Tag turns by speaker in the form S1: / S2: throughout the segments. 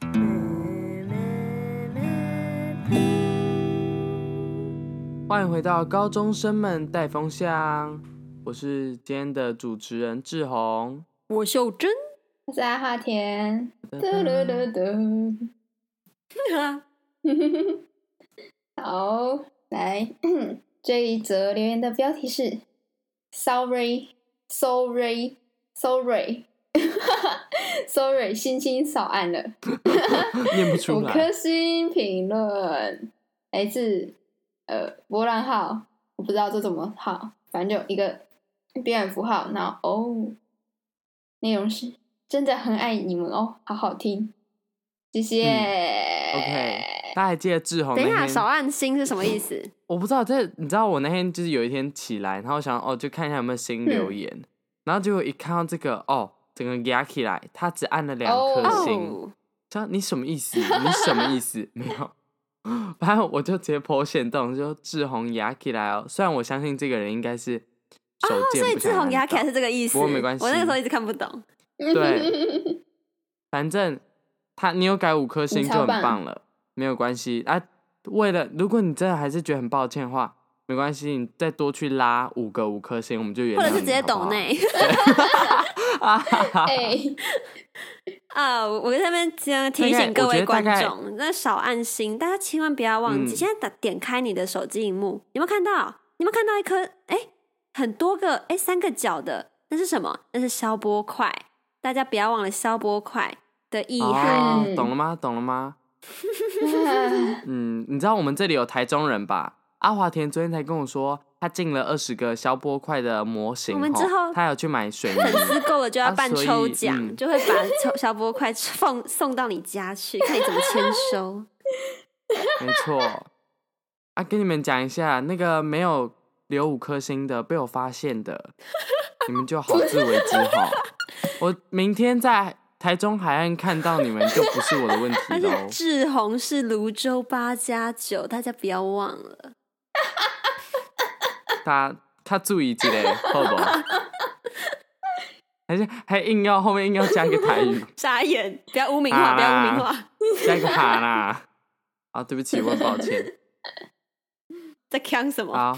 S1: 嗯
S2: 欢迎回到高中生们带风向，我是今天的主持人志宏。
S1: 我秀珍
S3: 我是阿华田。
S2: 哒
S3: 嘟噜噜嘟。
S1: 啊，
S3: 好，来 这一则留言的标题是 “Sorry, Sorry, Sorry, Sorry”，星星扫暗了。
S2: 念不出
S3: 五
S2: 来
S3: 颗。星评论来自呃波浪号，我不知道这怎么号，反正就一个标点符号，然后哦，内容是真的很爱你们哦，好好听，谢谢。
S2: 嗯 OK，大家还记得志宏
S1: 等一下，
S2: 那
S1: 少啊
S2: 天？
S1: 按星是什么意思？
S2: 我不知道这，你知道我那天就是有一天起来，然后想哦，就看一下有没有新留言，
S1: 嗯
S2: 然后结果一看到这个哦，整个压起来，他只按了两颗
S3: 哦
S2: 星。
S1: 哦，
S2: 这样你什么意思？你什么 意思？没有，反正我就直接剖线洞，就志宏牙起来哦。虽然我相信这个人应该是手贱、
S1: 哦所以
S2: 不
S1: 志
S2: 想
S1: 宏给他
S2: 按到
S1: 看是这个意思。
S2: 不过没关系
S1: 我那个时候一直看不懂。
S2: 对反正他你有改五颗星
S3: 你
S2: 就
S3: 超
S2: 很
S3: 棒
S2: 棒了，没有关系啊。为了如果你真的还是觉得很抱歉的话，没关系，你再多去拉五个五颗星，我们就原谅
S1: 或
S2: 你。
S1: 者是直接抖
S2: 那
S1: 内
S3: 哎、
S1: 啊！我我在那边这样提
S2: 大概
S1: 醒各
S2: 我觉
S1: 位
S2: 得大
S1: 观
S2: 概
S1: 众，那少按星，大家千万不要忘记。
S2: 嗯
S1: 现在打点开你的手机荧幕，有没有看到？你有没有看到一颗？哎、很多个哎、三个角的，那是什么？那是消波块。大家不要忘了消波块的意涵。
S2: 哦，
S3: 憾
S2: 懂了吗？懂了吗？
S3: 啊
S2: 嗯，你知道我们这里有台中人吧？阿华田昨天才跟我说，他进了二十个消波块的模型吼，
S1: 我们之后
S2: 他有去买水泥，
S1: 粉丝够了就要办
S2: 啊所以
S1: 抽奖，
S2: 嗯
S1: 就会把抽消波块放送到你家去，看你怎么签 收。
S2: 没错。啊，跟你们讲一下，那个没有留五颗星的被我发现的，你们就好自为之哈。我明天在台中海岸看到你们，就不是我的问题
S1: 而且
S2: 喽。
S1: 志宏是泸州八加九，大家不要忘了。
S2: 他他注意之类，好不好？ 还是还硬要后面硬要加一个台语。
S1: 傻眼！不要污名
S2: 啊
S1: 化，不要污名化，
S2: 加一个哈啦。 啊，对不起，我很抱歉。
S1: 在呛什么？
S2: 好，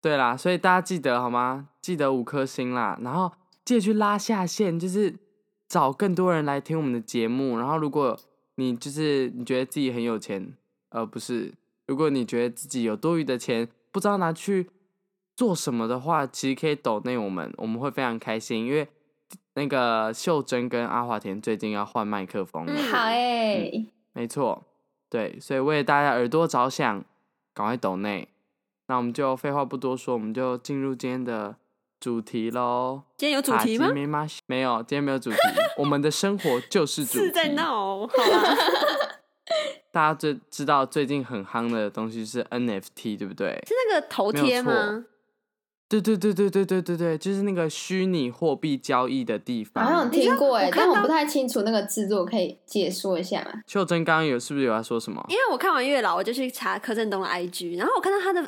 S2: 对啦，所以大家记得好吗？记得五颗星啦，然后记得去拉下线，就是找更多人来听我们的节目。然后，如果你就是你觉得自己很有钱，呃，不是，如果你觉得自己有多余的钱，不知道拿去做什么的话，其实可以抖内我们，我们会非常开心，因为那个秀珍跟阿华田最近要换麦克风了。
S1: 嗯
S3: 好哎、
S2: 没错，对，所以为了大家耳朵着想，赶快抖内。那我们就废话不多说，我们就进入今天的主题喽。
S1: 今天有主题吗
S2: 塔吉？梅马西啊没有，今天没有主题。我们的生活就是主
S1: 是
S2: 题。
S1: 在闹哦，好吧？
S2: 大家最知道最近很夯的东西是 NFT，对不对？
S1: 是那个头贴吗？
S2: 对对对对对对对对，就是那个虚拟货币交易的地
S3: 好像有
S2: 方。
S3: 听过哎、
S1: 你知道
S3: 但
S1: 我看到
S3: 我不太清楚那个制作，可以解说一下吗？
S2: 秀珍刚刚有是不是有要说什么？
S1: 因为我看完月老，我就去查柯震东的 IG，然后我看到他的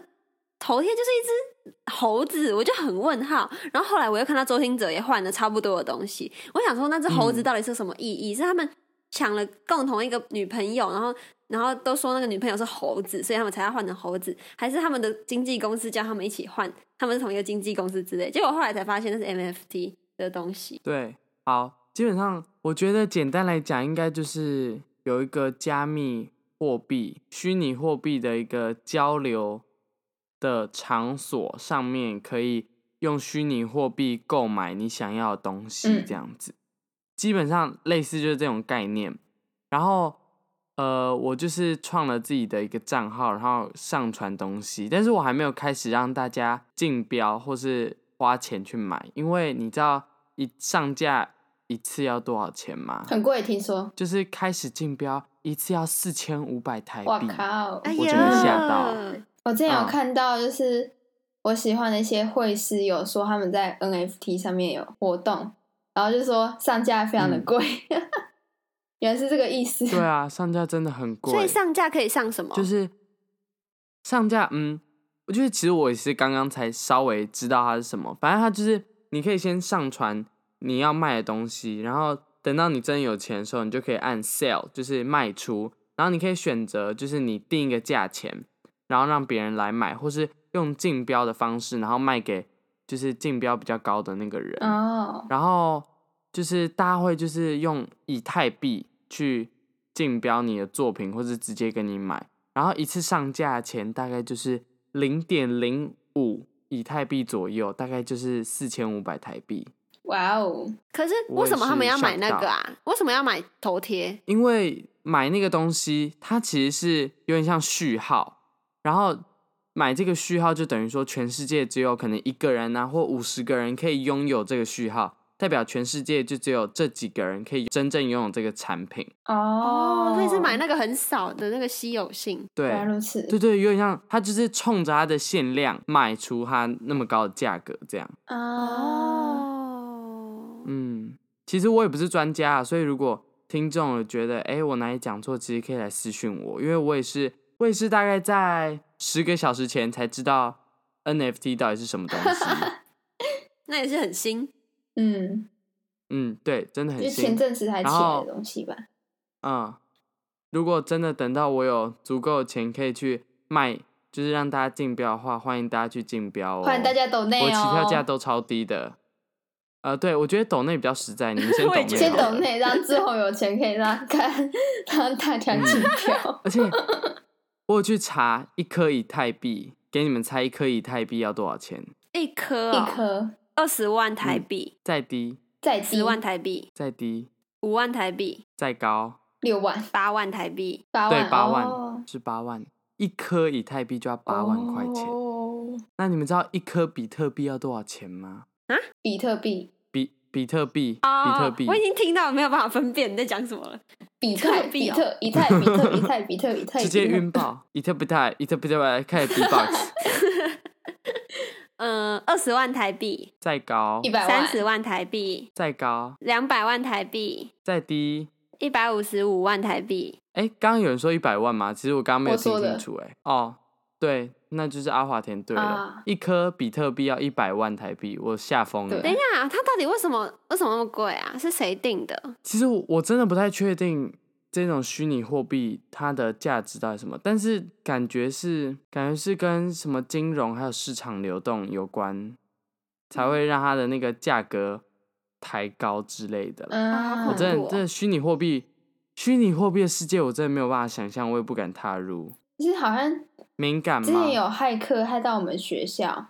S1: 头贴就是一只猴子，我就很问号。然后后来我又看到周星哲也换了差不多的东西，我想说那只猴子
S2: 嗯
S1: 到底是什么意义？是他们抢了共同一个女朋友，然后然后都说那个女朋友是猴子，所以他们才要换成猴子，还是他们的经纪公司叫他们一起换，他们是同一个经纪公司之类？结果后来才发现那是 MFT 的东西。
S2: 对，好，基本上我觉得简单来讲，应该就是有一个加密货币、虚拟货币的一个交流的场所，上面可以用虚拟货币购买你想要的东西，
S3: 嗯
S2: 这样子，基本上类似就是这种概念。然后，呃，我就是创了自己的一个账号，然后上传东西，但是我还没有开始让大家竞标或是花钱去买，因为你知道一上架一次要多少钱吗？
S3: 很贵，听说。
S2: 就是开始竞标一次要四千五百台
S3: 哇
S2: 币，
S3: 靠！
S1: 哎
S2: 我
S1: 呀，
S2: 整个吓到
S3: 我之前有
S2: 嗯
S3: 看到，就是我喜欢的一些会师有说他们在 NFT 上面有活动，然后就说上架非常的贵， 原来是这个意思。
S2: 嗯对啊，上架真的很贵，
S1: 所以上架可以上什么？
S2: 就是上架，嗯，我觉得其实我也是刚刚才稍微知道它是什么。反正它就是你可以先上传你要卖的东西，然后等到你真有钱的时候，你就可以按 sell，就是卖出，然后你可以选择就是你定一个价钱，然后让别人来买，或是用竞标的方式，然后卖给就是竞标比较高的那个人。
S3: 哦，
S2: 然后就是大家会就是用以太币去竞标你的作品，或是直接跟你买。然后一次上架的钱大概就是零点零五以太币左右，大概就是四千五百台币。
S3: 哇哦，
S1: 可是
S2: 我
S1: 为
S2: 也
S1: 什么他们
S2: 是
S1: 要买
S2: 想
S1: 那
S2: 到
S1: 个啊？为什么要买头贴？
S2: 因为买那个东西，它其实是有点像序号，然后买这个序号就等于说全世界只有可能一个人啊，或五十个人可以拥有这个序号，代表全世界就只有这几个人可以真正拥有这个产品。
S3: 哦
S1: 哦，，所以是买那个很少的那个稀有性。
S2: 对，
S3: 原来啊如此，哦
S2: 对对，有点像它就是冲着它的限量卖出它那么高的价格这样。
S3: 哦，
S1: 哦
S2: 嗯，其实我也不是专家啊，所以如果听众有觉得哎、诶我哪里讲错，其实可以来私讯我，因为我也是我也是大概在十个小时前才知道 NFT 到底是什么东 西。
S1: 那也是很新。
S3: 嗯，
S2: 嗯，对，真的
S3: 就
S2: 很
S3: 是前
S2: 新。
S3: 阵子才起
S2: 然
S3: 来
S2: 后
S3: 的东西吧。
S2: 嗯，如果真的等到我有足够的钱可以去卖，就是让大家竞标的话，欢迎大家去竞标哦。
S3: 欢迎大家抖内
S2: 我
S3: 哦，
S2: 起跳价都超低的。呃，对，我觉得抖内比较实在，你们先
S1: 我
S2: 抖
S1: 也
S2: 内。
S1: 觉
S3: 先
S1: 得
S3: 抖。内，让之后有钱可以让看让大家
S2: 嗯
S3: 竞标。
S2: 而且我有去查一颗以太币，给你们猜一颗以太币要多少钱？
S1: 一颗、
S2: 啊
S1: 嗯
S3: 一
S1: 哦，
S3: 颗
S1: 二十万台币，
S2: 再低，
S3: 再低
S1: 十万台币，
S2: 再低，
S1: 五万台币，
S2: 再高
S3: 六万
S1: 八万台币。
S3: 八万
S2: 对八万
S3: 哦
S2: 是八万，一颗以太币就要八万块钱。
S3: 哦
S2: 那你们知道一颗比特币要多少钱吗？
S3: 比特币、
S2: 比比特币，
S1: 哦
S2: 比特币
S1: 我已经听到没有办法分辨你在讲什么了。
S3: 比特
S1: 比
S3: 比
S1: 特币哦
S3: 特、以太、比特、以太、比特、以太，
S2: 直接
S3: 比特
S2: 晕爆，以特币太，以特币太，开始 B-box，
S1: 嗯、呃，二十万台币，
S2: 再高
S3: 一，百
S1: 三十
S3: 万、
S1: 万台币，
S2: 再高，
S1: 两百万台币，
S2: 再低，
S1: 一百五十五万台币。
S2: 哎，刚刚有人说一百万吗？其实我刚刚没有
S3: 我说
S2: 听
S3: 的
S2: 清楚、诶哎，哦，对，那就是阿华田对了，
S3: 啊
S2: 一颗比特币要一百万台币，我吓疯了
S3: 对
S1: 等。一下，它到底为什么为什么那么贵啊？是谁定的？
S2: 其实我我真的不太确定这种虚拟货币它的价值到底什么，但是感觉是感觉是跟什么金融还有市场流动有关，才
S3: 嗯
S2: 会让它的那个价格抬高之类的啦。
S3: 嗯，
S2: 我真
S1: 酷哦
S2: 的真的虚拟货币，虚拟货币的世界我真的没有办法想象，我也不敢踏入，
S3: 其实好像
S2: 敏感
S3: 之
S2: 吗
S3: 前？有骇客害到我们学校，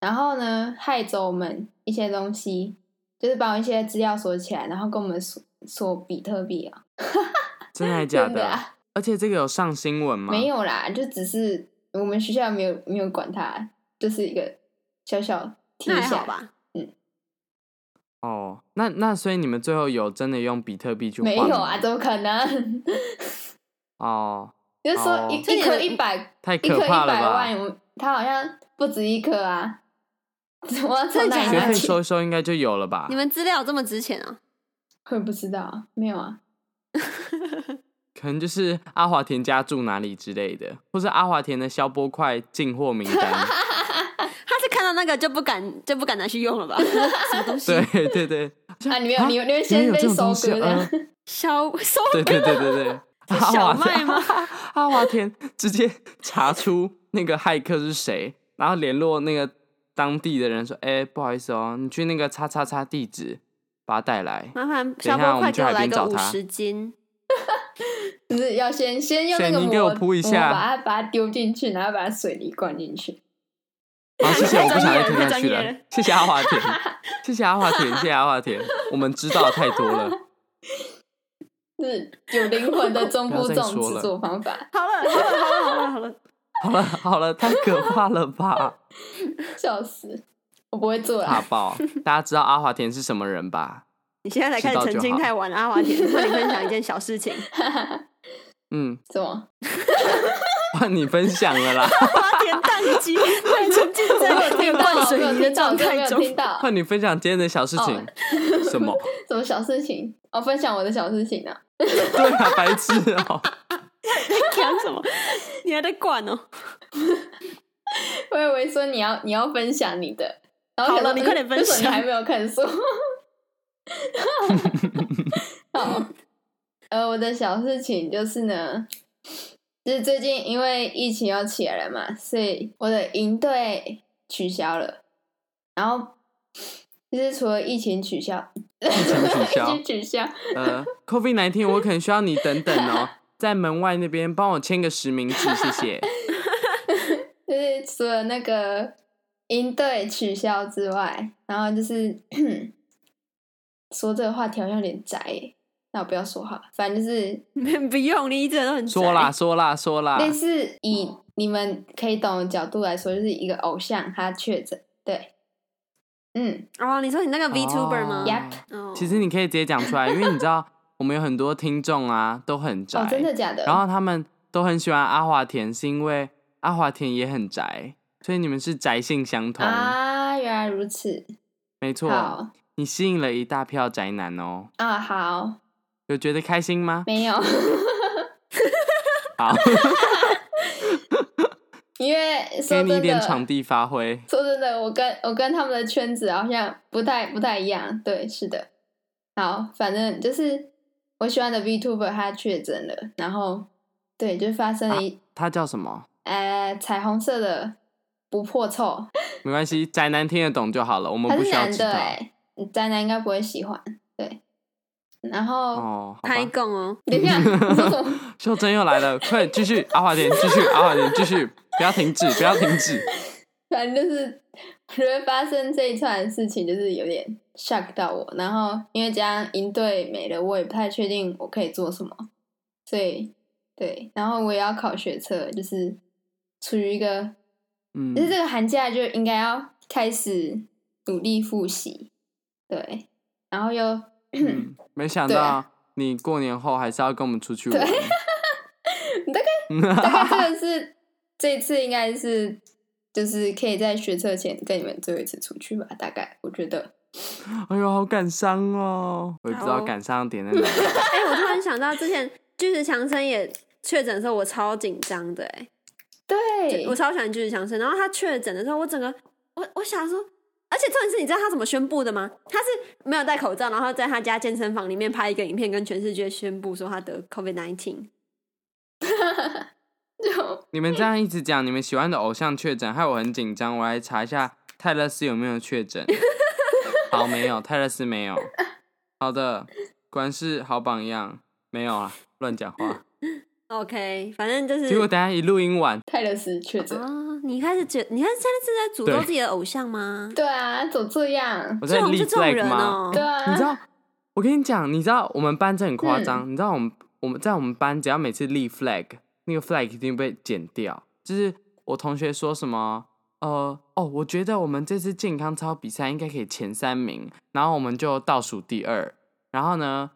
S3: 然后呢，害走我们一些东西，就是把我一些资料锁起来，然后跟我们说说比特币啊，
S2: 真的还假
S3: 真
S2: 的？
S3: 啊，
S2: 而且这个有上新闻吗？
S3: 没。有啦，就只是我们学校没有没有管它，就是一个小小提
S1: 那
S3: 一
S1: 还好
S3: 下，
S1: 吧。
S2: 哦，那那所以你们最后有真的用比特币去换
S3: 没有啊，
S2: 吗
S3: 怎么可能？
S2: 哦，
S3: 就是说
S2: 哦
S3: 一、
S1: 所以
S3: 一
S1: 你
S3: 颗
S1: 们
S3: 一百，
S2: 太
S3: 一
S2: 可
S3: 颗一
S2: 怕了
S3: 百
S2: 吧！
S3: 万，我们它好像不止一颗啊， 怎么从
S1: 真的
S3: 哪
S1: 假
S3: 里
S2: 学
S1: 的
S3: 拿
S2: 费
S3: 起
S2: 收一收应该就有了吧
S1: 你？们资料这么值钱哦、
S3: 我也不知道啊，没有啊，
S2: 可能就是阿华田家住哪里之类的，或是阿华田的消波块进货名 单。
S1: 他是看到那个就不敢就不敢拿去用了吧？ 什么东西？
S2: 对对对，
S3: 啊，你没有，你有，你会
S2: 原来
S3: 先
S2: 有
S3: 被
S2: 这种
S3: 收
S2: 东西
S3: 割的。
S2: 啊！
S1: 小收
S2: 对对对 对对，阿
S1: 小
S2: 华
S1: 麦
S2: 田
S1: 吗？
S2: 阿华田直接查出那个骇客是谁，然后联络那个当地的人说：“哎、不好意思哦，你去那个叉叉叉地址把他 带来。
S1: 麻烦小
S2: 下我
S1: 波
S2: 们
S1: 快
S2: 去
S1: 给
S2: 海
S1: 我来
S2: 边
S1: 个
S2: 找
S1: 五
S2: 他
S1: 十斤。
S3: 就是要先先用那个
S2: 水泥
S3: 膜
S2: 给我铺一下
S3: 膜把它把它丢进去，然后把它水泥灌 进去。”
S2: 好，谢谢，
S1: 太
S2: 我不
S1: 专
S2: 想
S1: 业
S2: 再
S1: 了
S2: 听
S1: 太
S2: 下
S1: 专
S2: 去
S1: 业
S2: 了
S1: 了。
S2: 谢谢阿华田，谢谢阿华田，谢谢阿华田，我们知道的太多 了。
S3: 是有灵魂的中
S2: 不要
S3: 部
S2: 再
S3: 种
S2: 说了
S3: 制作方法，
S1: 好了好了好了好了好了，
S2: 好了好了，太可怕了吧！
S3: 笑死！我不会做
S2: 怕
S3: 啦，
S2: 爆！大家知道阿华田是什么人吧？
S1: 你现在才开
S2: 知
S1: 始
S2: 道就
S1: 澄清
S2: 好
S1: 太晚了，阿华田，和你分享一件小事情。
S2: 嗯，
S3: 怎么？
S2: 换你分享了啦，
S1: 阿华田宕机，对，沉浸在
S3: 我没
S1: 那
S3: 有
S1: 个
S3: 听到
S1: 灌水
S3: 我
S1: 泥
S3: 没
S1: 的
S3: 有听到
S1: 状
S3: 我没
S1: 态
S3: 有
S1: 中。
S3: 听到
S2: 换你分享今天的小事
S1: 哦
S2: 情。什么？
S3: 什么小事情？哦，分享我的小事情啊！
S2: 对啊，白痴 哦、
S1: 讲什么？你还在灌哦？
S3: 我以为说你要你要分享你的，然后
S1: 好了
S3: 想说嗯
S1: 你快点分享
S3: 为什么你还没有开始 说。好，呃，我的小事情就是呢，就是最近因为疫情要起来了嘛，所以我的营队取消了。然后就是除了疫情取消，
S2: 疫情取消
S3: 疫 情取消，
S2: 呃，COVID 1 9我可能需要你等等 哦，在门外那边帮我签个实名制，谢谢。
S3: 就是除了那个营队取消之外，然后就是 说这个话题好像有点宅耶，那我不要说好了，反正就是
S1: 不用，你一直都很
S2: 说
S1: 啦
S2: 啦，说啦说啦，
S3: 类似以你们可以懂的角度来说，就是一个偶像他确诊，对，嗯，
S1: 哦，你说你那个 VTuber 吗
S2: 哦？
S3: Yep
S1: 哦
S2: 其实你可以直接讲 出来，因为你知道我们有很多听众啊都很宅，
S3: 哦，真的假的？
S2: 然后他们都很喜欢阿华田，是因为阿华田也很宅，所以你们是宅性相同，
S3: 啊，原来如此，
S2: 没错，
S3: 好
S2: 你吸引了一大票宅男哦，
S3: 啊，好，
S2: 有觉得开心吗？
S3: 没 有，
S2: 好，
S3: 因为
S2: 给
S3: 说
S2: 你一
S3: 真
S2: 点场
S3: 的，
S2: 地发挥。
S3: 说真的，我跟我跟他们的圈子好像不太不太一样，对，是的，好，反正就是我喜欢的 VTuber 他确诊了，然后对，就发
S2: 啊
S3: 生了一、
S2: 他叫什么？
S3: 呃彩虹色的不破臭，
S2: 没关系，宅男听得懂就好了，我们
S3: 他
S2: 不
S3: 是
S2: 需要
S3: 男
S2: 知
S3: 的
S2: 道。
S3: 哎、宅男应该不会喜欢。对，然后、
S2: 哦，好吧
S1: 开供哦，
S3: 等一下，你说什么？
S2: 秀珍又来了，快继 续，阿华田继续，阿华田继续，不要停止，不要停止。
S3: 反正就是我觉得发生这一串事情，就是有点 shock 到我。然后因为加上营队没了，我也不太确定我可以做什么，所以对，然后我也要考学测，就是处于一个，
S2: 嗯
S3: 就是这个寒假就应该要开始努力复习，对，然后又。
S2: 嗯，没想
S3: 对
S2: 到
S3: 啊
S2: 你过年后还是要跟我们出去玩。
S3: 大概这个是这次应该是就是可以在学测前跟你们最后一次出去吧，大概我觉得
S2: 哎呦，好感伤哦！我也不知道感伤的点在哪
S3: 哦
S2: 里。
S1: 哎、我突然想到，之前巨石强森也确诊的时候，我超紧张的、哎，
S3: 对
S1: 我超喜欢巨石强森。然后他确诊的时候，我整个，我我想说，而且重点是，你知道他怎么宣布的吗？他是没有戴口罩，然后在他家健身房里面拍一个影片，跟全世界宣布说他得 COVID nineteen。
S3: 就
S2: 你们这样一直讲你们喜欢的偶像确诊，害我很紧张。我来查一下泰勒斯有没有确 诊。好，没有，泰勒斯没有。好的，果然是好榜样。没有啊，乱讲话。
S1: OK，反正就是
S2: 结果等一下一录音完，
S3: 泰勒斯确诊，
S1: 哦，你开始觉，你看现在是在诅咒
S2: 对
S1: 自己的偶像吗？
S3: 对啊，怎么这样？
S2: 我
S1: 这
S2: 在
S1: 种
S2: 立
S1: 就这种
S2: flag
S1: 人
S2: 吗？
S1: 哦、
S3: 对啊，
S2: 你知道，我跟你讲，你知道我们班这很夸张，你知道我们我们在我们班，只要每次立 flag，那个 flag 一定被剪掉。就是我同学说什么，呃，哦，我觉得我们这次健康操比赛应该可以前三名，然后我们就倒数第二。然后呢，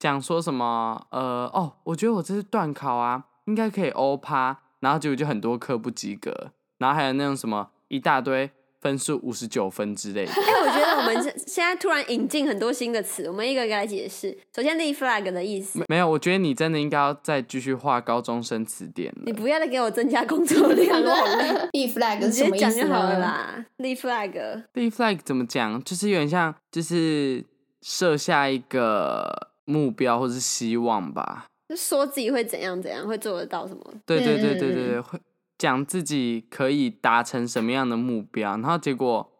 S2: 讲说什么，呃，哦，我觉得我这次断考啊，应该可以欧趴，然后结果就很多科不及格，然后还有那种什么一大堆分数五十九分之类的。
S1: 哎、我觉得我们现现在突然引进很多新的词，我们一个一个来解释。首先立 flag 的意思，
S2: 没没有，我觉得你真的应该要再继续画高中生词典
S1: 你
S2: 了。
S1: 不要再给我增加工作量了，我好 累
S3: 立 flag
S1: 你
S3: 是
S1: 直
S3: 什
S1: 接
S3: 么意
S1: 讲
S3: 思
S1: 就好了
S3: 呢？
S1: 啦。立 flag，
S2: 立 flag 怎么讲？就是有点像，就是设下一个目标或是希望吧。
S1: 就说自己会怎样怎样，会做得到什么。
S2: 对对对
S3: 嗯
S2: 对
S3: 嗯
S2: 对对，会讲自己可以达成什么样的目标，然后结果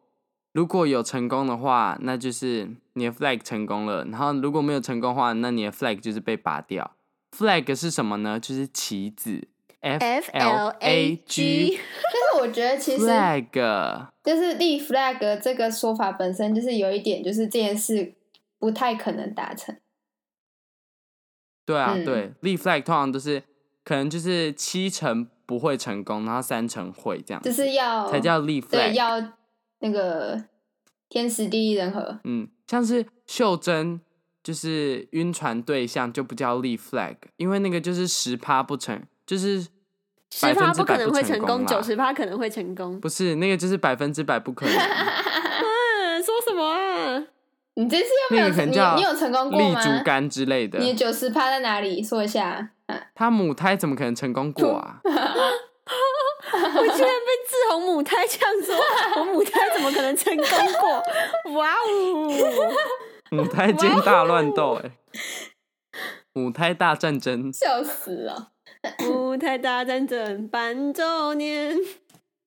S2: 如果有成功的话，那就是你的 flag 成功了；然后如果没有成功的话，那你的 flag 就是被拔掉。flag 是什么呢？就是旗子，F L A G
S3: 但是我觉得其实
S2: flag。
S3: 就是立 flag 这个说法本身就是有一点，就是这件事不太可能达成。
S2: 对啊，
S3: 嗯
S2: 对，立 flag 通常都是可能就是七成不会成功，然后三成会这样子，
S3: 就是要
S2: 才叫立
S3: 对
S2: flag。
S3: 要那个天时地利人和，
S2: 嗯，像是袖珍就是晕船对象就不叫立 flag，因为那个就是十趴不成，就是
S1: 十
S2: 百分
S1: 趴
S2: 之
S1: 不可
S2: 百
S1: 能会成
S2: 成
S1: 功，九
S2: 啦。
S1: 十趴可能会成功。
S2: 不是那个就是百分之百不可能，
S1: 嗯，说什么啊？
S3: 你这次又没
S2: 那
S3: 有
S2: 个可能
S3: 你
S2: 叫
S3: 你有成功过
S2: 立
S3: 吗？
S2: 竹竿之类的
S3: 你。的九十趴在哪里？说一下。啊、
S2: 他母胎怎么可能成功过啊？
S1: 我居然被志宏母胎这样说，我母胎怎么可能成功 过？哇哦！
S2: 母胎间欸 大乱斗哎、母胎大战争。
S3: 笑死了！
S1: 呜舞台大战整半周年，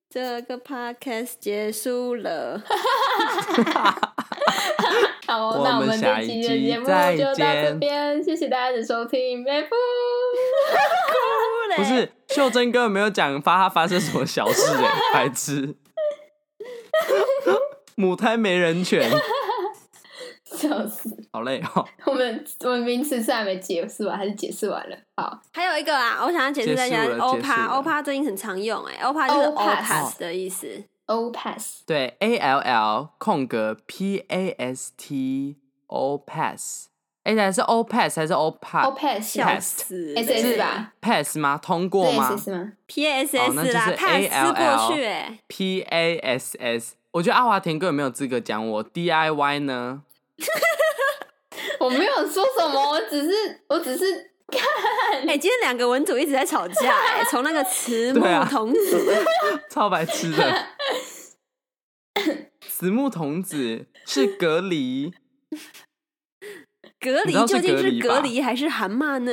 S1: 这个 podcast 结束了。
S3: 好，哦
S2: 我
S3: 那我
S2: 们
S3: 们
S2: 下
S3: 这
S2: 一
S3: 期的
S2: 集
S3: 节目
S2: 再
S3: 就到这
S2: 见
S3: 边，谢谢大家的收听，拜拜。
S2: 不是秀珍根本没有讲发他发生什么小事 哎、白痴，母胎没人权，
S3: 笑死！
S2: 好累哦。
S3: 我们我们名词是还没结束完，还是解释完了？好
S1: 还有一个啊，我想要解释一下
S2: 结束了哦
S1: 欧
S2: 结束
S1: 帕，
S2: 了
S1: 欧帕最近很常用哎、欧帕就是 all
S3: All pass
S1: pass 的意思。
S3: ，O pass，
S2: 对，A L L 空格 P A S T O pass，哎、欸，是 O pass 还是 O
S3: o
S2: pass
S3: pass，
S1: 笑死
S3: S S 吧？
S2: pass 吗？通
S3: 是
S2: 过吗
S3: S S 吗？
S1: ，P S
S2: 哦好那就
S1: S
S2: 是
S1: 啦
S2: A L L
S1: 过去哎、
S2: ？P A S S，我觉得阿华田根本没有资格讲我 D I Y 呢。
S3: 我没有说什么， 我只是我只是
S1: 哎、今天两个文组一直在吵架哎、从那个慈木
S2: 对啊
S1: 童子，
S2: 超白痴 的。慈木童子是隔离，
S1: 隔离
S2: 你知道是
S1: 究竟
S2: 隔离
S1: 是
S2: 吧
S1: 隔离还是蛤蟆 呢？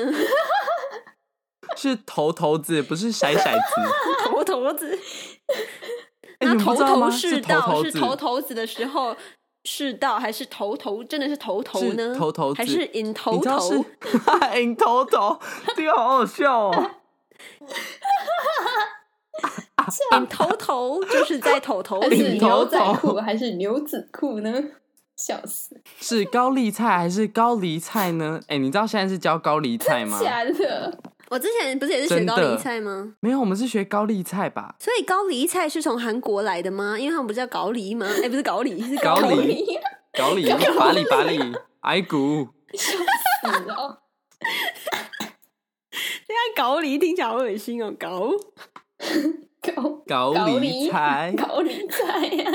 S2: 是头头子，不是骰骰子。
S1: 头头子，
S2: 哎
S1: 那
S2: 你们不
S1: 头
S2: 知道
S1: 头
S2: 吗？
S1: 是
S2: 是
S1: 道
S2: 头头
S1: 是
S2: 子，
S1: 头头子的时候是道，还是头头真的是头头
S2: 是
S1: 呢？
S2: 头头子
S1: 还是引头
S2: 你知道是
S1: 头？
S2: 影头头，这个好好笑哦。
S1: 引头头就是在头头
S3: 还
S1: 里
S3: 是
S2: 领头
S3: 牛仔
S2: 走
S3: 裤还是牛仔裤呢？笑死！
S2: 是高丽菜还是高丽菜呢？哎、你知道现在是教高丽菜吗？
S3: 假的，
S1: 我之前不是也是学
S2: 真
S1: 高
S2: 的
S1: 丽菜吗？
S2: 没有，我们是学高丽菜吧？
S1: 所以高丽菜是从韩国来的吗？因为他们不是叫高丽 吗？哎、不是高丽，是
S2: 高
S1: 丽。
S2: 丽高丽，拔里拔里，矮骨。
S3: 死哦！
S1: 现在高丽听起来好恶心哦，高。
S3: 高
S2: 高丽菜
S3: 高丽菜呀、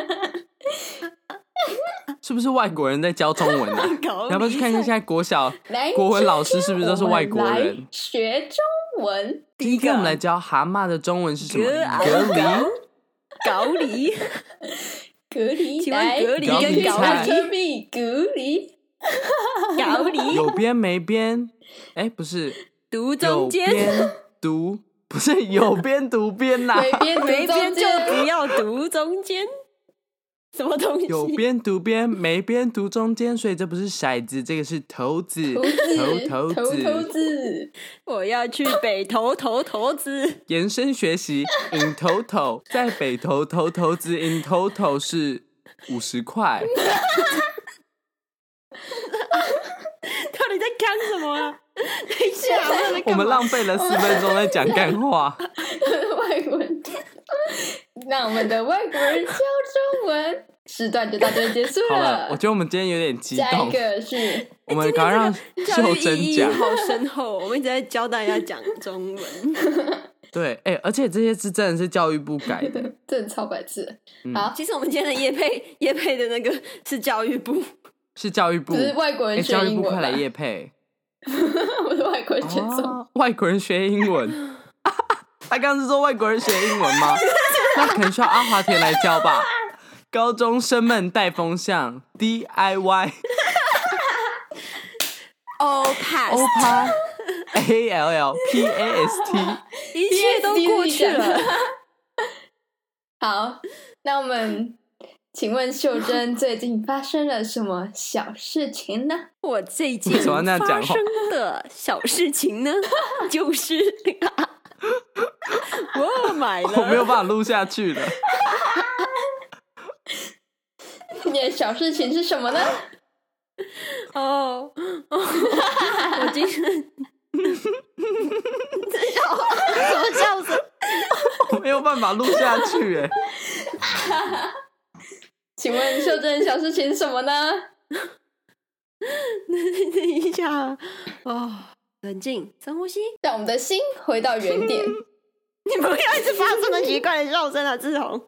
S2: 是不是外国人在教中文啊？
S1: 高
S2: 你要不要去看看现在国小
S3: 来
S2: 国文老师是不是都是外国
S3: 我们来
S2: 人？
S3: 学中文，
S2: 第一个，我们来教蛤蟆的中文是什么？
S1: 隔
S2: 蛤蜊。
S1: 高丽？
S3: 隔离
S1: 请问
S3: 来，
S1: 隔离
S2: 跟高丽
S3: 隔离，隔离，
S1: 高丽？
S2: 有边没边？哎，不 是，
S1: 读中
S2: 有
S1: 间，
S2: 边读不是有边读边啦，
S3: 每 边
S1: 没
S3: 读
S1: 边
S3: 中
S1: 就不
S3: 间，
S1: 要读中间。什么东西？
S2: 有边读边，没边读中间，所以这不是骰子，这个是头子，头
S3: 头头头
S2: 子。
S3: 子，
S1: 我要去北头头头子。
S2: 延伸学习，in total，在北投投投资 in total 是五十块。
S1: 到底在干什么啊？等一下，我在
S2: 我
S1: 干
S2: 们
S1: 嘛？
S2: 浪费了四分钟在讲干 话。
S3: 外国人，让我们的外国人教中文，时段就到这里结束
S2: 好了，我觉得我们今天有点 激
S3: 下
S1: 哎
S3: 一
S2: 动，
S3: 个是
S2: 我们赶快让
S1: 教
S2: 秀
S1: 育
S2: 珍
S1: 意义哦
S2: 讲。
S1: 好深厚，我们一直在教大家讲中文。
S2: 对，哎、而且这些字真的是教育部改 的。
S3: 真的超白痴，
S2: 嗯
S3: 好，
S1: 其实我们今天的叶配 叶配的那个是教育部，
S2: 是教育部，
S3: 只是外国
S2: 哎
S3: 人学
S2: 教育
S3: 英
S2: 部
S3: 文
S2: 快
S3: 吧
S2: 来，夜配，
S3: 我是外国人学中文，
S2: 哦外国人学英文。 他刚刚是说外国人学英文 吗？那可能需要阿华田来教吧。高中生们带风向，DIY
S1: 哦 pass，
S2: OPA A L L P A S T，
S1: 一切都过去了。
S3: 好，那我们请问秀珍最近发生了什么小事情呢？
S1: 我最近
S2: 为什么要那样
S1: 发
S2: 讲话
S1: 生的小事情 呢， 就是 我买了，
S2: 我没有办法录下去了。
S3: 你的小事情是什么呢？
S1: 哦，哦 我今天。 这 笑话什么笑声？
S2: 我没有办法录下去，哎，
S3: 请问秀珍小事情是什么呢？
S1: 等一下，哦，冷静，深呼吸。
S3: 让我们的心回到原点。
S1: 你不要一直发出那奇怪的笑声啊，志宏。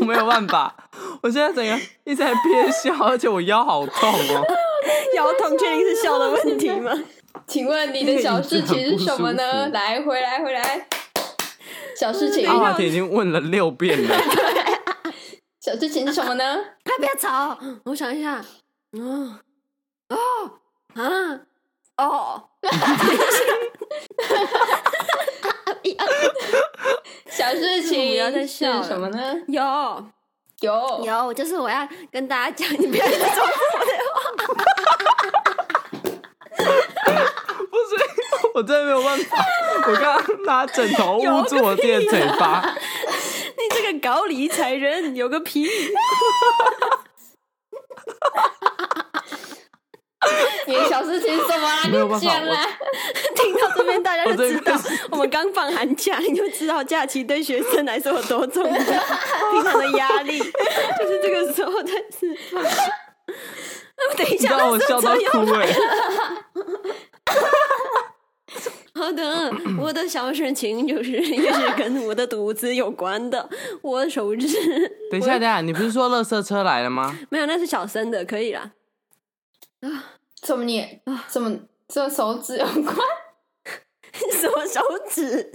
S2: 我没有办法，我现在整个一直在憋笑，而且我腰好痛哦。
S1: 腰痛确定是笑的问题吗？
S3: 请问你的小事情是什么
S2: 那个椅子很不舒服
S3: 呢？
S2: 嗯
S3: 来，回来，回来。小事情
S2: 阿，华田已经问了六遍了。
S3: 小事情是什么呢？
S1: 快不要吵！我想一哦下，嗯，哦，啊，哦，要再笑了
S3: 是什么 呢？
S1: 有
S3: 有
S1: 有，就是我要跟大家 讲，你不要一直重复我的
S2: 不是，我真的没有办 法，我刚刚拿枕头捂住我自己的嘴巴。
S1: 你这个搞理财人有个屁！
S3: 你的小事情什么啊？
S2: 没有办
S3: 你
S2: 法
S3: 讲啊！
S1: 听到这边大家就
S2: 我这
S1: 知道
S2: 边是，
S1: 我们刚放寒假，你就知道假期对学生来说有多 重要，平常的压 力就是这个时候在释 放。等一
S2: 你
S1: 下，
S2: 让我笑到
S1: 那是
S2: 哭哎、
S1: 好的，我的小事情就是也是跟我的赌资有关的，我手指
S2: 等一下，等一下，你不是说垃圾车来了吗？
S1: 没有，那是小声的，可以啦。
S3: 怎么你
S2: 啊
S3: 怎么这手指有 关？
S1: 什么手指？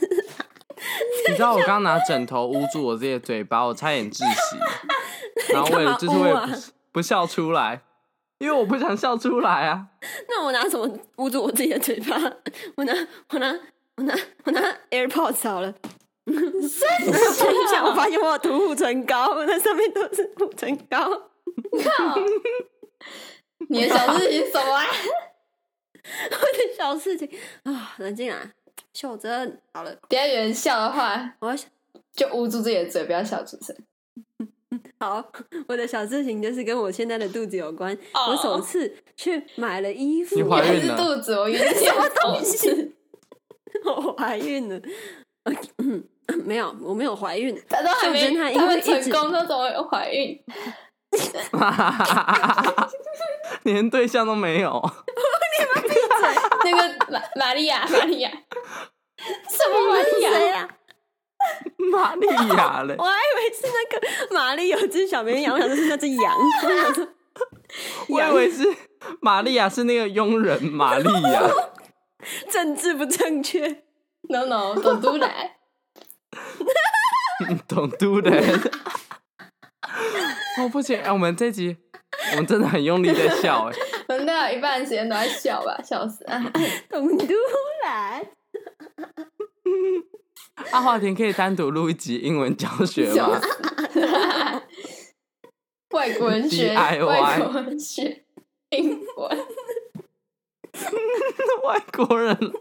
S2: 你知道我刚拿枕头捂住我自己的嘴巴，我差点窒息，然后为了就是为了
S1: 你干嘛捂
S2: 不不笑出来，因为我不想笑出来啊。
S1: 那我拿什么捂住我自己的嘴巴？我拿我拿我拿我拿 AirPods 好了。 等一下，我发现我有涂护唇膏，那上面都是护唇膏。
S3: 你的小事情什么啊？
S1: 我的小事情啊，冷静啊，秀珍，好了，
S3: 等一下有人笑的话，
S1: 我要想
S3: 就捂住自己的嘴，不要笑出声。
S1: 好，我的小事情就是跟我现在的肚子有关。
S3: 哦
S1: 我首次去买了衣服，
S2: 你怀
S3: 以为
S2: 孕
S3: 是
S2: 了
S3: 肚子，我以为是什么
S1: 东西？ 我怀孕了。 嗯，没有，我没有怀孕。
S3: 他都还
S1: 秀
S3: 没
S1: 珍她，因为
S3: 他们
S1: 一直
S3: 成功都怎么有怀孕？
S2: 连对象都没有，
S3: 那个玛玛利亚，玛利亚，什么玛利
S1: 谁啊
S3: 亚？
S1: 呀、
S2: 玛利亚嘞
S1: 我！还以为是那个玛丽有只小绵羊，我想说是那只羊。我想说
S2: 我以为是玛利亚是那个佣人玛利亚，
S1: 政治不正确，
S3: no no，董都来，
S2: 懂嘟的。哦，不行，哎，我们这集我们真的很用力在笑哎。
S3: 我们大概有一半的时间都在笑吧，笑死啊！
S1: 董都来。
S2: 阿华田可以单独录一集英文教学 吗？
S3: 外国人学，
S2: DIY
S3: 外国人学英文，
S2: 外国人了，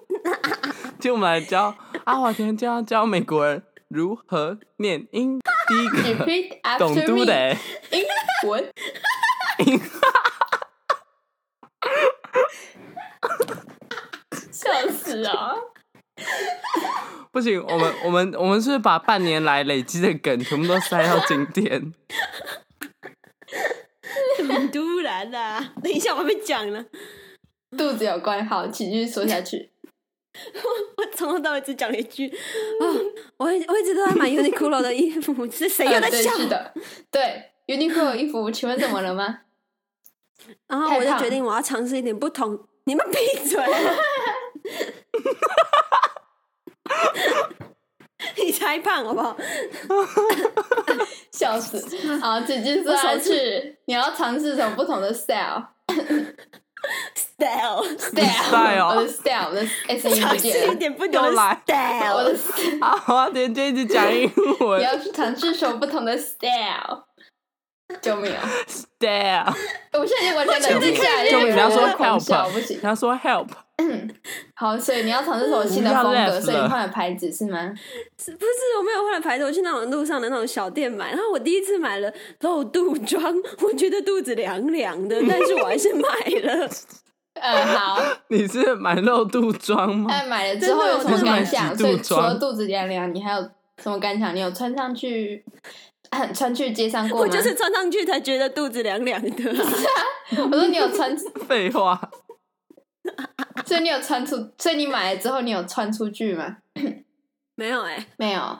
S2: 就我们来教阿华田就要教美国人如何念英。第一
S3: 你
S2: 个
S3: repeat
S2: 懂
S3: after
S2: 嘟
S3: me，
S2: 的，
S3: 英文，
S2: 英
S3: 笑死啊！
S2: 不行，我们我们我们是不是把半年来累积的梗全部都塞到今天。
S1: 董都来啦！ 等一下，我还没讲呢，
S3: 肚子有关，好，请继续说下去。
S1: 我从头到尾只讲了一 句啊、我一我一直都在买 Uniqlo 的衣服，是谁哎又在
S3: 呃 对
S1: 笑？
S3: 是的，对，Uniqlo 衣服，请问怎么了吗？
S1: 然后我就决定我要尝试一点不同。你们闭 嘴！你才胖好不好？
S3: 笑死！啊好，请继续说下
S1: 我手
S3: 去。你要尝试什么不同的 style？
S1: style，
S2: style
S3: 我的 style，我的 S E 音不
S1: 尝
S3: 见
S1: 试一
S3: 了。
S1: 点不同
S2: 又
S1: 的
S2: 来
S1: style，
S3: 我的
S2: 阿华田就一直讲英
S3: 你
S2: 文
S3: 要尝试什么不同的 style？救命啊！
S2: ，style，
S3: 我现在已经完全冷静下来，
S2: 救命！
S3: 因
S2: 你
S3: 为
S2: 要
S3: 我
S2: 说
S3: 在狂笑，不
S2: help，
S3: 行
S2: 你。要说 help，
S3: 好，所以你要尝试什么新的
S2: 不要
S3: 风
S2: laugh
S3: 格？
S2: 了
S3: 所以你换了牌子是吗？
S1: 是不是我没有换了牌子，我去那种路上的那种小店买，然后我第一次买了露肚装， 我觉得肚子凉凉的，但是我还是买 了。
S3: 呃，好。
S2: 你是买肉肚装吗？
S3: 哎，买了之后有什么感想？
S2: 真的
S3: 所
S2: 我
S3: 以
S2: 真的
S3: 除了肚子凉凉，你还有什么感想？你有穿上去，啊穿去街上过
S1: 我
S3: 吗？
S1: 就是穿上去才觉得肚子凉凉 的、
S3: 我说你有穿，
S2: 废话，
S3: 所以你有穿出，所以你买了之后你有穿出去吗？
S1: 没有哎、
S3: 没有。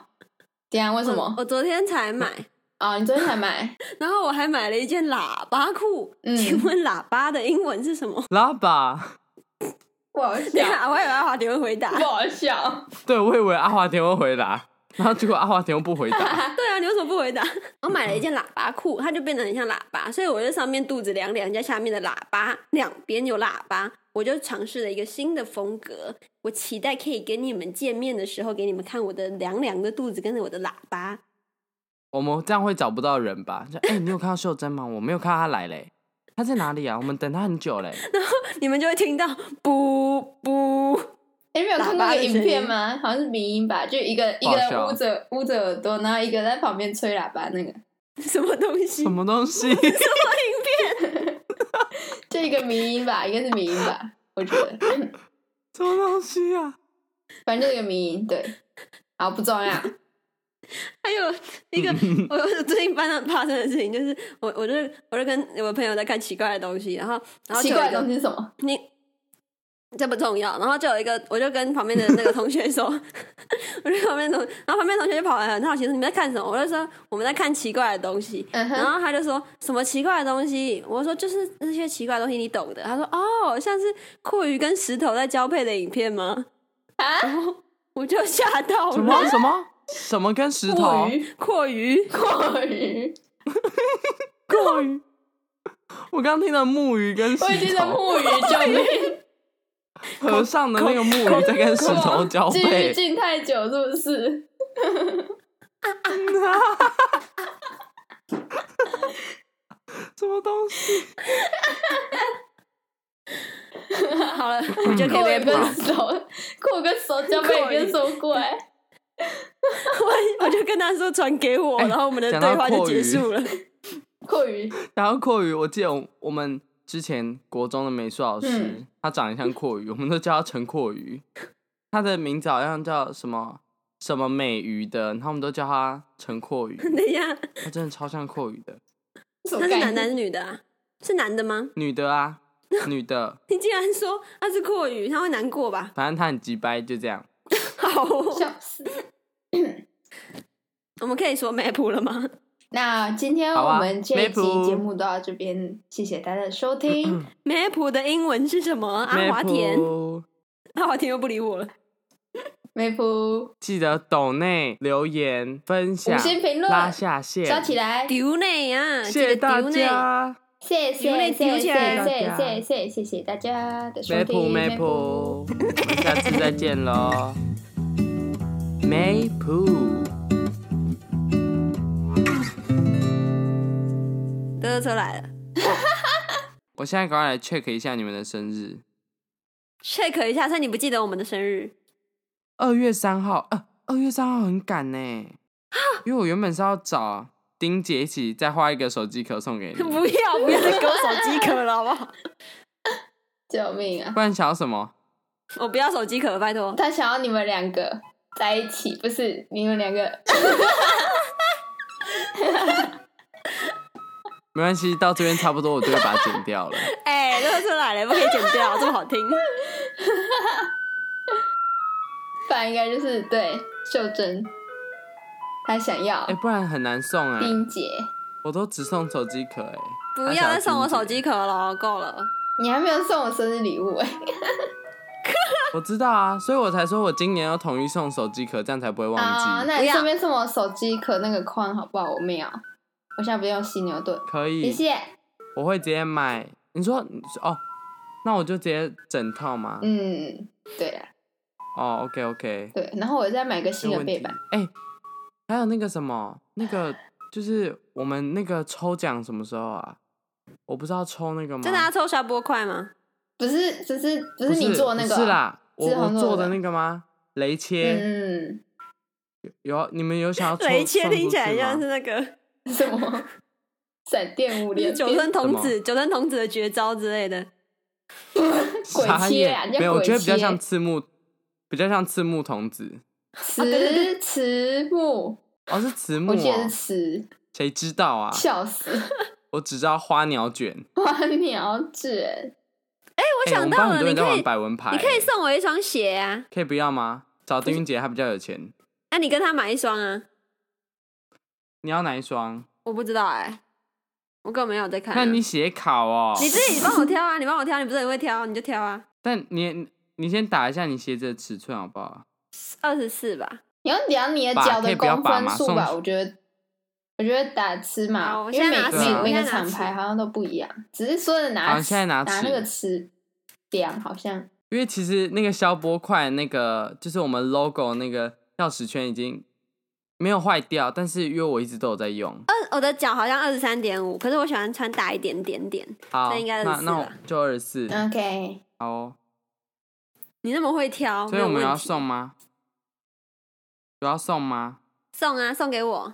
S3: 对啊，为什
S1: 我
S3: 么？
S1: 我昨天才买，
S3: 哦，你昨天才买，
S1: 然后我还买了一件喇叭裤。
S3: 嗯
S1: 请问喇叭的英文是什么？
S2: 拉吧。
S3: 不好
S1: 等一， 下，我还有阿华田会回答。
S3: 不好笑。
S2: 对，我以为阿华田会回答，然后结果阿华田又不回答。
S1: 对啊，你为什么不回答？ 我买了一件喇叭裤，它就变得很像喇叭，所以我就上面肚子凉凉，加下面的喇叭，两边有喇叭，我就尝试了一个新的风格。我期待可以跟你们见面的时候，给你们看我的凉凉的肚子跟着我的喇叭。
S2: 我们这样会找不到人吧？就哎、你有看到秀珍吗？我没有看到她来嘞，她在哪里啊？我们等她很久嘞。
S1: 你们就会听到不不，
S3: 哎，没有看过
S1: 喇叭
S3: 那
S1: 的
S3: 个影
S1: 声
S3: 片
S1: 音
S3: 吗？好像是迷音吧，就一个一
S2: 好笑
S3: 个捂着捂着耳朵，然后一个在旁边吹喇叭，那个
S1: 什么东 西
S2: 什？么东西？
S3: 就一个迷音吧，应该是迷音吧，我觉得，
S2: 什么东西啊？
S3: 反正就一个迷音，对，好不重要，
S1: 还有一 个，我我最近班上发生的事情就是，我我就我就跟我朋友在看奇怪的东西，然后然后就
S3: 奇
S1: 有一
S3: 怪的
S1: 个
S3: 东西是什么？
S1: 你这不重要。然后就有一个，我就跟旁边的那个同学说， 我就跟旁边同，然后旁边同学就跑来很好奇说你们在看什么？我就说我们在看奇怪的东西。
S3: 嗯
S1: 然
S3: 哼，
S1: 后他就说什么奇怪的东西，我说就是那些奇怪的东西，你懂的。他说哦，像是阔鱼跟石头在交配的影片 吗？
S3: 啊
S1: 然后我就吓到
S2: 什
S1: 了，
S2: 么什么什么跟石
S3: 过
S2: 头？
S3: 鱼，
S1: 阔鱼
S3: 过鱼，
S2: 过鱼。 我刚听到木鱼跟石
S3: 我已经在
S2: 头，
S3: 木鱼救命。
S2: 和尚的那个木鱼在跟石头交
S3: 进
S2: 配。
S3: 进太久是不是？
S2: 什么东西？
S1: 好
S2: 嗯
S1: 了，我就可
S3: 酷
S1: 以被捕，
S3: 跟手， 酷跟手交配
S1: 酷
S3: 跟手过 来，
S1: 我我就跟他说传给我，
S2: 哎
S1: 然后我们的
S2: 讲到
S1: 对话就
S2: 阔
S1: 结
S2: 鱼
S1: 束了。
S3: 酷 鱼
S2: 然后阔鱼，我记得我我们之前国中的美术老师，
S3: 嗯
S2: 他长得像阔鱼，我们都叫他陈阔鱼。他的名字好像叫什么什么美鱼的，然后我们都叫他陈阔鱼。
S1: 等一下，
S2: 他真的超像阔鱼的，
S3: 什
S1: 他
S3: 么
S1: 是
S3: 概
S1: 男的还是
S3: 念？
S1: 女的啊？是男的吗？
S2: 女的啊，女的，
S1: 你竟然说他是阔鱼，他会难过 吧？
S2: 反正他很鸡掰，就这样。
S1: 好哦、
S3: 笑死！
S1: 我们可以说 map 了吗？
S3: 那今天
S2: 好
S3: 我
S2: 啊
S3: 们这一集
S2: Maple
S3: 节目到这边，谢谢大家的 收听。
S1: map 的英文是什么？阿啊华田，
S2: Maple，
S1: 阿华田又不理我了。
S3: 梅普
S2: 记得抖内留言分
S3: 五
S2: 享，
S3: 星评论
S2: 拉下线，
S3: 收起来，
S1: 丢内啊！
S2: 谢谢
S1: 记得
S2: 大
S1: 丢内。
S2: 家。
S3: 谢谢
S1: 流
S3: 谢
S1: 泪
S3: 谢
S1: 丢
S3: 谢
S1: 起来
S3: 谢谢谢谢谢大家的收
S2: Maple
S3: 听。Maple
S2: Maple，我们下次再见喽，Maple。
S1: 德德车来了
S2: 我现在赶快来 check 一下你们的生日，
S1: ，check 一下，趁你不记得我们的生 日。
S2: 二月三号，呃，二月三号很赶呢，
S1: 啊
S2: 因为我原本是要找丁姐一起再画一个手机壳送给你，
S1: 不要不要再给我手机壳了，好不 好？
S3: 救命啊！
S2: 不然想要什么？
S1: 我不要手机壳，拜 托。
S3: 他想要你们两个在一起，不是你们两个
S2: 没关系，到这边差不多，我就会把它剪掉了。
S1: 哎、德德车来了，不可以剪掉，这么好 听。
S3: 不然应该就是对秀珍，她想要
S2: 哎、不然很难送哎、
S3: 冰姐，
S2: 我都只送手机壳哎，
S1: 嗯不要再送我手机壳了，够了。
S3: 你还没有送我生日礼物哎、
S2: 我知道啊，所以我才说我今年要统一送手机壳，这样才不 会忘
S3: 啊、
S2: 记。
S3: 那
S1: 不
S3: 你
S1: 要
S3: 顺便送我手机壳那个框好不好？我没有，我现在不用犀牛盾，
S2: 可以，
S3: 谢谢。
S2: 我会直接买。你说你说哦，那我就直接整套嘛。
S3: 嗯，对啊，
S2: 哦，OK OK，
S3: 对，啊然后我再买个新
S2: 没
S3: 的
S2: 问
S3: 背
S2: 题
S3: 板。。
S2: 哎、还有那个什么，那个就是我们那个抽奖什么时候啊？我不是要抽那个吗？
S1: 真的要抽小波块吗？
S3: 不是，只是啊不
S2: 不
S3: 是你做那个、
S2: 不是，啦，我
S3: 志
S2: 我
S3: 宏做
S2: 做
S3: 的
S2: 的那个吗？雷切、
S3: 嗯，
S2: 有你们有想要 抽
S1: 雷切
S2: 送出
S1: 听起来
S2: 去吗
S1: 像是那个
S3: 什么闪电五连
S1: 九
S3: 鞭
S1: 吞童子、九吞童子的绝招之类的。
S3: 鬼
S2: 傻
S3: 切
S2: 眼
S3: 啊，人家
S2: 没有，我
S3: 鬼
S2: 觉得比较
S3: 切
S2: 像赤木，比较像赤木童子。
S3: 慈慈木，
S2: 哦，是慈木、
S3: 我记得
S2: 哦
S3: 是，慈，
S2: 谁知道啊？
S3: 笑死，
S2: 我只知道花鸟卷。
S3: 花鸟卷。
S2: 哎我
S1: 哎我想到了，
S2: 很多
S1: 你
S2: 人在
S1: 可
S2: 玩
S1: 以
S2: 百文牌，欸
S1: 你可以送我一双鞋啊，
S2: 可以不要吗？找丁云姐，她比较有钱。
S1: 那、你跟他买一双啊？
S2: 你要哪一双？
S1: 我不知道哎、我根本没有在看啊、
S2: 那你写考哦。
S1: 你自己帮我挑啊，你帮我挑，你不是很会挑，你就挑啊，
S2: 但你你先打一下你鞋子的尺寸好不好？
S1: 二十四吧。
S3: 你要量你的
S2: 把
S3: 脚
S2: 可
S3: 的
S2: 以不要
S3: 公
S2: 把
S3: 分
S2: 嘛
S3: 数
S2: 送
S3: 吧，
S2: 去
S3: 我觉得，我觉得打尺
S1: 好
S3: 码，
S1: 啊我
S3: 因为
S1: 现
S3: 每
S1: 在拿
S2: 尺我
S3: 每每
S1: 现
S3: 个
S1: 在拿
S3: 厂
S1: 尺
S3: 牌好像都不一样，只是说的拿
S2: 好现在拿
S3: 拿那
S2: 尺
S3: 个尺量好像
S2: 因为其实那个消波块那个就是我们 logo 那个钥匙圈已经没有坏掉，但是因为我一直都有在用。
S1: 二我的脚好像二十三点五，可是我喜欢穿大一点点点。
S2: 好，
S1: 那应该
S2: 那
S1: 24
S2: 那我
S1: 啦
S2: 就二十四。
S3: 嗯 OK，
S2: 好哦，
S1: 你那么会挑，
S2: 所以我
S1: 哦没
S2: 们
S1: 有
S2: 要
S1: 问题
S2: 送吗？有要送吗？
S1: 送啊，送给我。